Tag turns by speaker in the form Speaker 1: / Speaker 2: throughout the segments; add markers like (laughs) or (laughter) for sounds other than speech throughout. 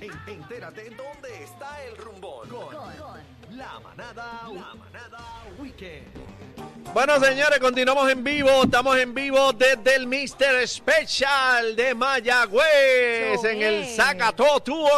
Speaker 1: En- Entérate dónde está el rumbón con, la manada, la manada weekend. Bueno, señores, continuamos en vivo. Estamos en vivo desde el Mr. Special de Mayagüez en el Zacató Tour.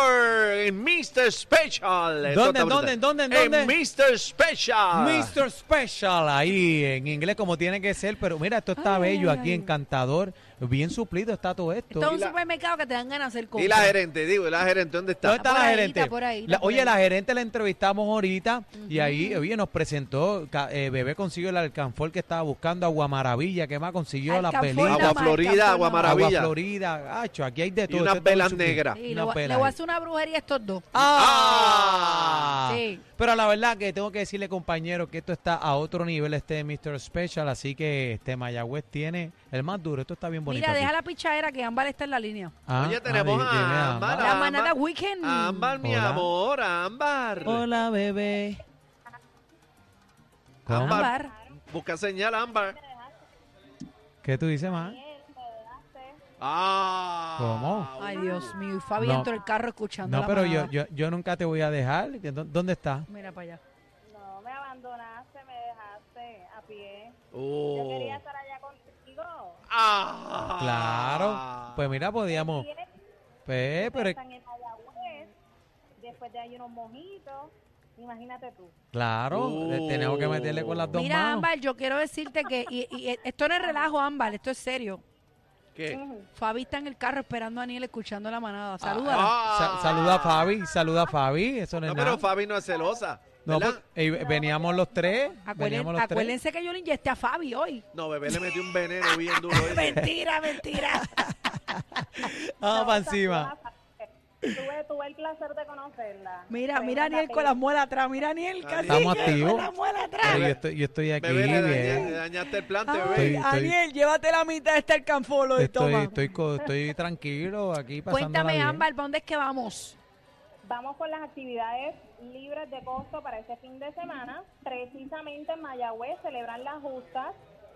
Speaker 1: En Mr. Special. Esto
Speaker 2: ¿Dónde,
Speaker 1: está brutal.
Speaker 2: dónde, dónde, dónde?
Speaker 1: En Mr. Special.
Speaker 2: Mr. Special ahí en inglés como tiene que ser, pero mira, esto está bello aquí, encantador, bien suplido está todo esto.
Speaker 3: Esto es un
Speaker 2: ¿Dónde
Speaker 3: supermercado que te dan ganas de hacer compras.
Speaker 1: Y la er- gerente, digo, ¿y la gerente dónde está?
Speaker 2: está
Speaker 3: por
Speaker 2: la
Speaker 3: ahí,
Speaker 2: gerente?
Speaker 3: está por ahí, está
Speaker 2: La-
Speaker 3: por
Speaker 2: oye,
Speaker 3: ahí.
Speaker 2: la gerente la entrevistamos ahorita y ahí, oye, nos presentó, ca- eh, Bebé consiguió el alcanfor que estaba buscando, Agua Maravilla, que más consiguió la
Speaker 3: Alcanfor,
Speaker 2: película.
Speaker 3: nada
Speaker 1: Agua
Speaker 3: más,
Speaker 1: Florida,
Speaker 3: alcanfor, nada
Speaker 1: Agua
Speaker 3: más.
Speaker 1: Maravilla.
Speaker 2: Agua Florida, acho, aquí hay de
Speaker 1: Y
Speaker 2: todo.
Speaker 1: unas
Speaker 2: esto está bien
Speaker 1: velas
Speaker 2: suplido.
Speaker 1: negras.
Speaker 3: Sí,
Speaker 2: Unas
Speaker 3: le, voy- le
Speaker 2: velas
Speaker 3: voy a
Speaker 2: ahí.
Speaker 3: hacer una brujería a estos dos.
Speaker 1: ¡Ah!
Speaker 3: Sí.
Speaker 2: Pero la verdad que tengo que decirle, compañero, que esto está a otro nivel, este Mr. Special, así que este Mayagüez tiene el más duro. Esto está bien bonito.
Speaker 3: Mira,
Speaker 2: aquí.
Speaker 3: deja la pichadera que Ámbar está en la línea.
Speaker 2: Ah,
Speaker 1: Oye, tenemos
Speaker 2: ah, di- dime,
Speaker 1: a Ámbar.
Speaker 3: La
Speaker 1: Ámbar.
Speaker 3: manada weekend.
Speaker 1: Ámbar, mi
Speaker 2: Hola.
Speaker 1: amor, Ámbar.
Speaker 2: Hola, bebé. ¿Cómo?
Speaker 1: Ámbar.
Speaker 3: Ámbar.
Speaker 1: Busca señal, Ámbar.
Speaker 2: ¿Qué tú dices, más?
Speaker 1: Ah.
Speaker 2: ¿Cómo?
Speaker 3: Ay, Dios mío. Y Fabi
Speaker 2: No.
Speaker 3: dentro del carro escuchando
Speaker 2: No,
Speaker 3: la
Speaker 2: pero yo,
Speaker 3: manada.
Speaker 2: yo, yo nunca te voy a dejar. ¿Dó- ¿Dónde está?
Speaker 3: Mira para allá.
Speaker 4: No, me abandonaste, me dejaste a pie.
Speaker 1: Oh.
Speaker 4: Yo quería estar allá contigo.
Speaker 1: Ah.
Speaker 2: Claro. Pues mira, podíamos.
Speaker 4: Vienes,
Speaker 2: Pues, pero
Speaker 4: están en Mayagüez, después de ahí unos mojitos. Imagínate tú.
Speaker 2: claro,
Speaker 1: Uh.
Speaker 2: le- tenemos que meterle con las dos
Speaker 3: Mira,
Speaker 2: manos.
Speaker 3: Ámbar, yo quiero decirte que... Y, y- y- esto no es relajo, Ámbar. Esto es serio.
Speaker 1: ¿Qué?
Speaker 3: Fabi está en el carro esperando a Aniel escuchando la manada. Salúdala.
Speaker 1: Ah.
Speaker 2: Sa- saluda a Fabi, saluda a Fabi. Eso no es
Speaker 1: No,
Speaker 2: nada.
Speaker 1: pero Fabi no es celosa.
Speaker 2: No,
Speaker 1: ¿verdad?
Speaker 2: pues, eh, veníamos los tres.
Speaker 3: Acuérden-
Speaker 2: Veníamos los tres.
Speaker 3: acuérdense que yo le inyecté a Fabi hoy.
Speaker 1: No, bebé le metió un veneno bien duro. ese.
Speaker 3: Mentira, mentira.
Speaker 1: (laughs)
Speaker 2: Vamos para encima.
Speaker 4: Tuve, tuve el placer de conocerla.
Speaker 3: Mira,
Speaker 4: Fue
Speaker 3: mira a
Speaker 4: una
Speaker 3: Aniel con las muelas atrás. Mira a Aniel casi
Speaker 2: Estamos activos.
Speaker 3: con las muelas atrás.
Speaker 2: Pero yo estoy, yo estoy aquí
Speaker 1: Bebé, le, daña- le
Speaker 2: bien.
Speaker 1: dañaste el plante,
Speaker 3: Ay,
Speaker 1: bebé.
Speaker 2: Estoy-
Speaker 3: Aniel, llévate la mitad de este alcanfolo y
Speaker 2: Estoy,
Speaker 3: toma.
Speaker 2: estoy, co- estoy tranquilo aquí pasando
Speaker 3: Cuéntame, Ámbar, ¿para dónde es que vamos?
Speaker 4: Vamos con las actividades libres de costo para este fin de semana. Precisamente en Mayagüez celebran las justas.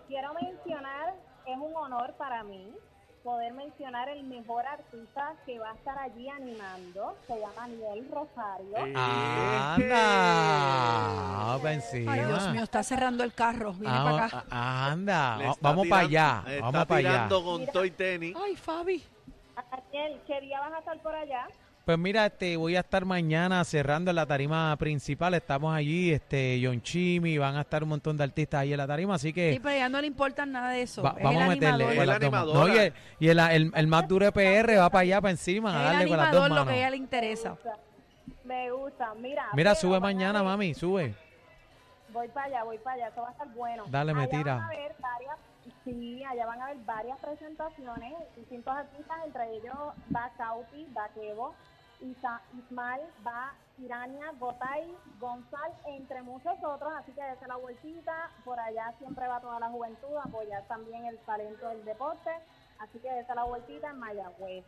Speaker 4: Quiero mencionar, es un honor para mí poder mencionar el mejor artista que va a estar allí animando. Se llama Aniel Rosario.
Speaker 2: Ah. Anda. Para encima.
Speaker 3: Ay, Dios mío, está cerrando el carro. Viene
Speaker 2: Ah,
Speaker 3: para acá.
Speaker 2: ah, Anda,
Speaker 1: Le está
Speaker 2: vamos para
Speaker 1: tirando-
Speaker 2: allá,
Speaker 1: le está
Speaker 2: vamos para allá.
Speaker 1: tirando con toy tenis.
Speaker 3: Ay, Fabi.
Speaker 4: Aniel, ¿qué día vas a estar por allá?
Speaker 2: Pues mira, este, voy a estar mañana cerrando en la tarima principal. Estamos allí, este, John Chimi, van a estar un montón de artistas ahí en la tarima, así
Speaker 3: Sí,
Speaker 2: que
Speaker 3: pero ya no le importa nada de eso.
Speaker 2: va-
Speaker 3: Es el
Speaker 2: vamos a meterle
Speaker 3: animador.
Speaker 2: con
Speaker 1: Es
Speaker 2: las
Speaker 1: la
Speaker 2: dos manos.
Speaker 1: animadora.
Speaker 2: No, y el, y el- el- el más duro PR va para allá, para encima, a
Speaker 3: Es el
Speaker 2: darle con las dos
Speaker 3: animador lo
Speaker 2: manos.
Speaker 3: que a ella le interesa.
Speaker 4: Me gusta, mira.
Speaker 2: Mira,
Speaker 4: pero
Speaker 2: sube
Speaker 4: van a
Speaker 2: mañana,
Speaker 4: ver-
Speaker 2: mami, sube.
Speaker 4: Voy para allá, voy para allá, eso va a estar bueno.
Speaker 2: Dale, me
Speaker 4: Allá
Speaker 2: tira.
Speaker 4: Van a ver varias, sí, allá van a haber varias presentaciones, distintos artistas, entre ellos va Caupi, va Kevo, Isa, Ismael, va Irania, Gotay, Gonzal, entre muchos otros, así que dése la vueltita, por allá siempre va toda la juventud a apoyar también el talento del deporte, así que dése la vueltita en Mayagüez.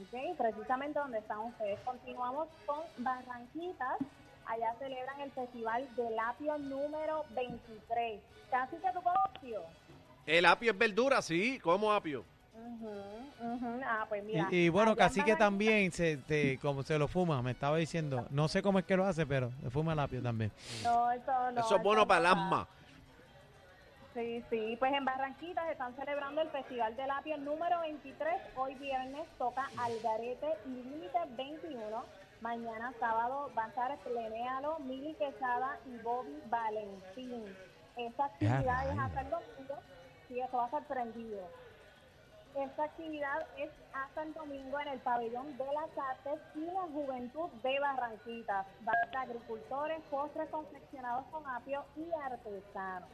Speaker 4: Ok, precisamente donde están ustedes. Continuamos con Barranquitas. Allá celebran el Festival del Apio número 23. Casi que tu conoció.
Speaker 1: El apio es verdura, sí. ¿Cómo apio?
Speaker 4: Ah, pues mira.
Speaker 2: Y, y bueno,
Speaker 4: allá en
Speaker 2: casi que
Speaker 4: Barranquitas-
Speaker 2: también, se, te- como se lo fuma, me estaba diciendo. No sé cómo es que lo hace, pero se fuma el apio también.
Speaker 4: No, eso no,
Speaker 1: Eso es bueno
Speaker 4: no
Speaker 1: para el
Speaker 4: pasa.
Speaker 1: asma.
Speaker 4: Sí, sí, pues en Barranquitas están celebrando el Festival del Apio número 23. Hoy viernes toca Algarete y Límite 21. Mañana sábado va a estar Plenéalo, Mili Quesada y Bobby Valentín.
Speaker 2: Ya,
Speaker 4: Esta actividad es
Speaker 2: rayos.
Speaker 4: hasta el domingo. Sí, eso va a ser prendido. Esta actividad es hasta el domingo en el pabellón de las artes y la juventud de Barranquitas. Va a estar agricultores, postres confeccionados con apio y artesanos.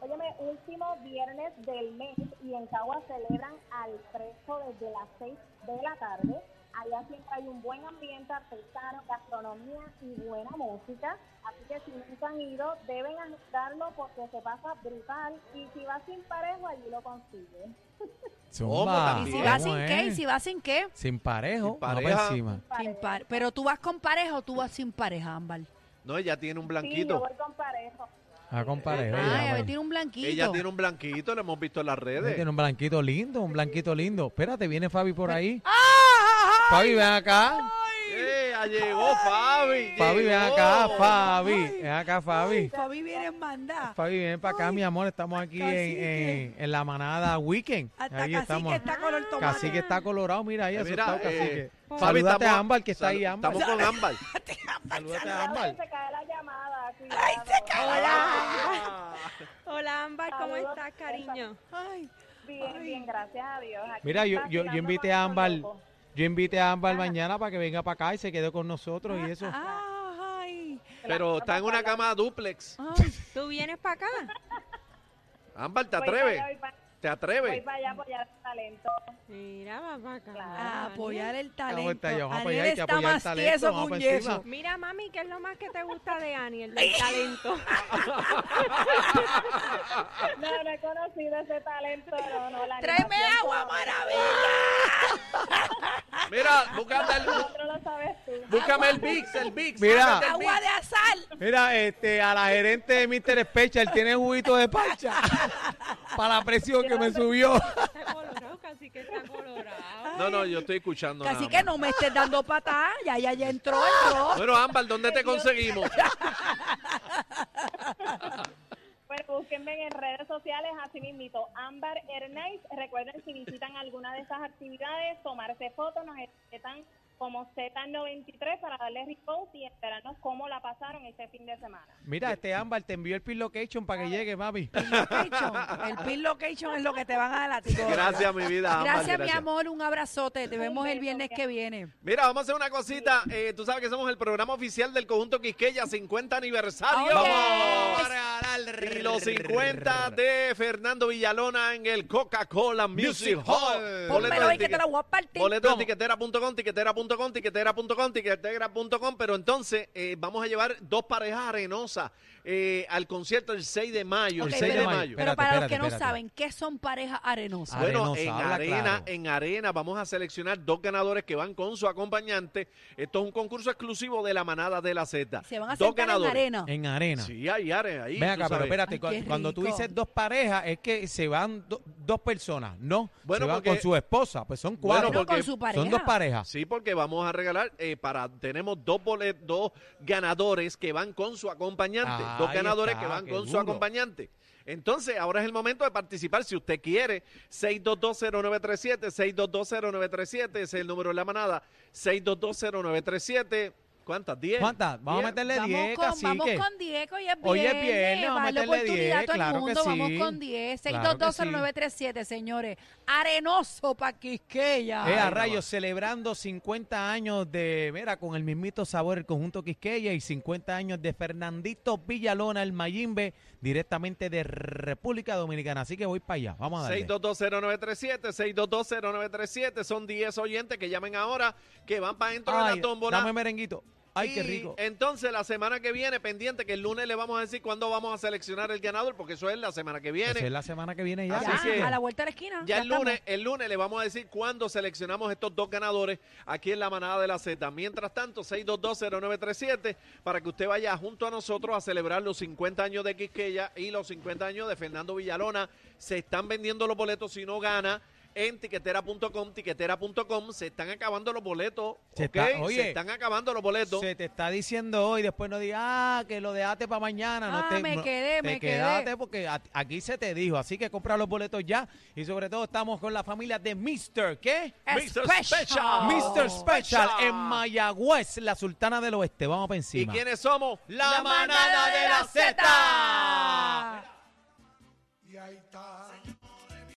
Speaker 4: Óyeme, último viernes del mes y en Cagua celebran al fresco desde las 6 de la tarde. Allá siempre hay un buen ambiente artesano, gastronomía y buena música. Así que si nunca han ido, deben anotarlo porque se pasa brutal. Y si vas sin parejo, allí lo consigues.
Speaker 2: Zumba.
Speaker 3: ¿Y si
Speaker 1: Bien.
Speaker 3: vas
Speaker 2: ¿Cómo
Speaker 3: sin
Speaker 2: es?
Speaker 3: qué? ¿Y si vas sin qué?
Speaker 2: Sin parejo,
Speaker 1: Sin
Speaker 2: va pa'
Speaker 1: pareja.
Speaker 2: encima.
Speaker 3: Sin par- Pero tú vas con pareja o tú vas sin pareja, Ámbar.
Speaker 1: No, ella tiene un
Speaker 4: Sí, yo
Speaker 1: blanquito.
Speaker 4: voy con parejo.
Speaker 2: Ah, con pareja. ya,
Speaker 3: Ay, a
Speaker 2: bueno.
Speaker 3: ver, tiene un blanquito.
Speaker 1: Ella tiene un blanquito, lo hemos visto en las
Speaker 2: Ahí
Speaker 1: redes.
Speaker 2: Tiene un blanquito lindo, un blanquito lindo. Espérate, viene Fabi por ahí.
Speaker 3: ¡Ah!
Speaker 2: Fabi, ven acá.
Speaker 1: ¡Eh! ya llegó Fabi.
Speaker 2: Fabi, ven
Speaker 1: llegó.
Speaker 2: acá, Fabi.
Speaker 3: Ay.
Speaker 2: Ven acá,
Speaker 3: Ay,
Speaker 2: Fabi.
Speaker 3: Fabi viene en mandada.
Speaker 2: Fabi, ven para acá, mi amor. Estamos aquí en,
Speaker 3: cacique.
Speaker 2: en- en la manada Weekend.
Speaker 3: Hasta
Speaker 2: ahí
Speaker 3: casi
Speaker 2: estamos.
Speaker 3: que está color tomate.
Speaker 2: Casi que está colorado, mira ahí,
Speaker 1: Eh, mira,
Speaker 2: asustado
Speaker 1: eh,
Speaker 2: cacique.
Speaker 1: Fabi,
Speaker 2: Salúdate
Speaker 1: estamos-
Speaker 2: a Ámbar, que está
Speaker 1: sal-
Speaker 2: ahí, Ámbar.
Speaker 1: Estamos con Ámbar.
Speaker 2: Salúdate a
Speaker 4: Cuidado,
Speaker 2: Ámbar.
Speaker 4: que se cae la llamada. cuidado.
Speaker 1: Hola.
Speaker 5: Hola Ámbar, ¿cómo
Speaker 4: Saludos,
Speaker 5: estás, cariño?
Speaker 3: Ay,
Speaker 4: Bien, bien, gracias a Dios. Aquí
Speaker 2: Mira, yo,
Speaker 4: está
Speaker 2: yo, yo
Speaker 4: tirando
Speaker 2: invité
Speaker 4: con
Speaker 2: a
Speaker 4: estos
Speaker 2: Ámbar.
Speaker 4: locos.
Speaker 2: Yo invité a
Speaker 3: Ah.
Speaker 2: Ámbar mañana para que venga para acá y se quede con nosotros y eso.
Speaker 3: ay.
Speaker 1: Pero está en una cama duplex.
Speaker 3: Ah.
Speaker 5: Ay, ¿Tú vienes para acá?
Speaker 1: Ámbar, ¿te
Speaker 4: Voy para
Speaker 1: atreves?
Speaker 4: allá, voy para-
Speaker 1: ¿Te
Speaker 4: Voy
Speaker 1: atreves?
Speaker 4: para allá a apoyar el talento.
Speaker 5: Mira, va para acá.
Speaker 3: A
Speaker 5: Daniel.
Speaker 3: apoyar el talento.
Speaker 2: Vamos a
Speaker 3: Ariel
Speaker 2: apoyar, hay que
Speaker 3: está
Speaker 2: apoyar el
Speaker 3: más
Speaker 2: talento,
Speaker 3: tieso
Speaker 2: vamos
Speaker 3: que un
Speaker 2: pa' encima.
Speaker 3: yeso.
Speaker 5: Mira, mami, ¿qué es lo más que te gusta de Ani? El del
Speaker 1: (laughs)
Speaker 5: talento.
Speaker 4: No, no he conocido ese talento. No, no, la
Speaker 3: Tráeme
Speaker 4: animación
Speaker 3: agua,
Speaker 4: todavía.
Speaker 1: Mira, búscame el,
Speaker 4: Otro lo sabes tú.
Speaker 1: búscame el VIX, el VIX.
Speaker 2: Mira.
Speaker 1: sácate el
Speaker 3: Agua de azar.
Speaker 2: Mira, este, a la gerente de Mr. Special tiene juguito
Speaker 3: (laughs)
Speaker 2: de parcha para la presión que me subió.
Speaker 5: está colorado, casi que está colorado.
Speaker 1: VIX. No, no, yo estoy escuchando.
Speaker 3: Casi
Speaker 1: nada
Speaker 3: que
Speaker 1: más.
Speaker 3: no me estés dando patada. Ya, ya, ya entró, entró.
Speaker 1: Bueno, Ámbar, ¿dónde te
Speaker 3: (laughs)
Speaker 1: conseguimos?
Speaker 4: Bueno, búsquenme en redes sociales, así mismito. Ámbar Hernández, recuerden si visitan alguna de estas actividades, tomarse fotos, nos etiquetan como Z93 para darle repost y esperarnos cómo la pasaron este fin de semana.
Speaker 2: Mira, este Ámbar te envió el pin location para que llegue, mami.
Speaker 3: Location. El pin location es lo que te van a dar a ti.
Speaker 1: Ah, Gracias, mi vida. Ámbar,
Speaker 3: Gracias, mi amor. Un abrazote. Te vemos el viernes que viene.
Speaker 1: Mira, vamos a hacer una cosita. Eh, tú sabes que somos el programa oficial del conjunto Quisqueya, 50 aniversario.
Speaker 3: Oye.
Speaker 1: ¡Vamos! Y los 50 de Fernando Villalona en el Coca-Cola Music Hall.
Speaker 3: Pónmelo ahí que te
Speaker 1: ticket-
Speaker 3: la voy a partir.
Speaker 1: Boleto en tiquetera.com, tiquetera.com, tiquetera.com, tiquetera.com. Pero entonces eh, vamos a llevar dos parejas arenosas eh, al concierto el 6 de mayo.
Speaker 3: Ok,
Speaker 1: el 6
Speaker 2: pero-
Speaker 1: de mayo.
Speaker 3: Pero
Speaker 2: Espérate,
Speaker 3: para los
Speaker 2: espérate,
Speaker 3: que no
Speaker 2: espérate.
Speaker 3: saben, ¿qué son parejas arenosas?
Speaker 2: Ah,
Speaker 1: Bueno,
Speaker 2: Arenosa,
Speaker 1: en
Speaker 2: habla
Speaker 1: arena,
Speaker 2: claro.
Speaker 1: en arena vamos a seleccionar dos ganadores que van con su acompañante. Esto es un concurso exclusivo de la manada de la Z.
Speaker 3: Se van a
Speaker 1: dos
Speaker 3: sentar en
Speaker 1: ganadores.
Speaker 3: arena.
Speaker 2: En arena.
Speaker 1: Sí, hay arena ahí.
Speaker 2: Ven
Speaker 1: tú
Speaker 2: acá, pero
Speaker 1: sabes.
Speaker 2: espérate,
Speaker 3: Ay,
Speaker 2: cu-
Speaker 3: qué
Speaker 2: cuando tú
Speaker 3: rico.
Speaker 2: dices dos parejas, es que se van do- dos personas, ¿no?
Speaker 1: Bueno,
Speaker 2: se van
Speaker 1: porque-
Speaker 2: con su esposa, pues son
Speaker 1: Bueno,
Speaker 2: cuatro.
Speaker 3: Pero
Speaker 1: porque
Speaker 3: con su pareja.
Speaker 2: son dos parejas.
Speaker 1: Sí, porque vamos a regalar eh, para tenemos dos bolet- dos ganadores que van con su acompañante,
Speaker 2: Ah,
Speaker 1: dos
Speaker 2: ahí
Speaker 1: ganadores
Speaker 2: está,
Speaker 1: que van
Speaker 2: qué
Speaker 1: con su
Speaker 2: duro.
Speaker 1: acompañante. Entonces, ahora es el momento de participar si usted quiere. 6220937, 6220937 ese es el número de la manada. 6220937. ¿Cuántas? 10.
Speaker 2: ¿Cuántas? Vamos a meterle
Speaker 3: Vamos
Speaker 2: 10,
Speaker 3: con,
Speaker 2: cacique.
Speaker 3: vamos con 10, hoy es viernes.
Speaker 2: Hoy es viernes, vamos a
Speaker 3: vale la
Speaker 2: meterle
Speaker 3: oportunidad
Speaker 2: 10,
Speaker 3: a todo el
Speaker 2: claro que
Speaker 3: mundo, vamos
Speaker 2: sí.
Speaker 3: con 10.
Speaker 2: Claro que sí.
Speaker 3: 6220937, señores. Arenoso pa' Quisqueya.
Speaker 2: Eh, a
Speaker 1: Ay,
Speaker 2: rayos,
Speaker 1: mamá.
Speaker 2: celebrando 50 años de, mira, con el mismito sabor el conjunto Quisqueya y 50 años de Fernandito Villalona, el Mayimbe, directamente de República Dominicana. Así que voy para allá, vamos a darle.
Speaker 1: 6220937, 6220937, son 10 oyentes que llamen ahora, que van para dentro de
Speaker 2: Ay,
Speaker 1: la tómbola.
Speaker 2: dame merenguito. Ay, qué
Speaker 1: Y
Speaker 2: rico.
Speaker 1: Entonces, la semana que viene, pendiente, que el lunes le vamos a decir cuándo vamos a seleccionar el ganador, porque eso es la semana que viene.
Speaker 2: Eso es la semana que viene ya.
Speaker 3: Ya,
Speaker 1: Así que-
Speaker 3: Ah, a la vuelta de la
Speaker 5: Ah,
Speaker 3: esquina.
Speaker 1: Ya el
Speaker 3: estamos.
Speaker 1: lunes, el lunes le vamos a decir cuándo seleccionamos estos dos ganadores aquí en la manada de la Z. Mientras tanto, 6220937 para que usted vaya junto a nosotros a celebrar los 50 años de Quisqueya y los 50 años de Fernando Villalona. Se están vendiendo los boletos si no gana. en tiquetera.com, tiquetera.com. Se están acabando los boletos.
Speaker 2: Se
Speaker 1: ¿ok?
Speaker 2: está- oye,
Speaker 1: se están acabando los boletos.
Speaker 2: Se te está diciendo hoy, después no digas, ah, que lo dejaste para mañana. no
Speaker 3: Ah,
Speaker 2: te,
Speaker 3: me
Speaker 2: no-
Speaker 3: quedé,
Speaker 2: te
Speaker 3: me quedé.
Speaker 2: quedaste porque a- aquí se te dijo, así que compra los boletos ya. Y sobre todo estamos con la familia de Mr. ¿qué?
Speaker 1: Mr. Special.
Speaker 3: Special.
Speaker 2: Mr. Special
Speaker 1: Oh, Special.
Speaker 2: en Mayagüez, la Sultana del Oeste. Vamos para
Speaker 1: ¿Y
Speaker 2: encima.
Speaker 1: quiénes somos?
Speaker 2: La manada de la
Speaker 3: Zeta.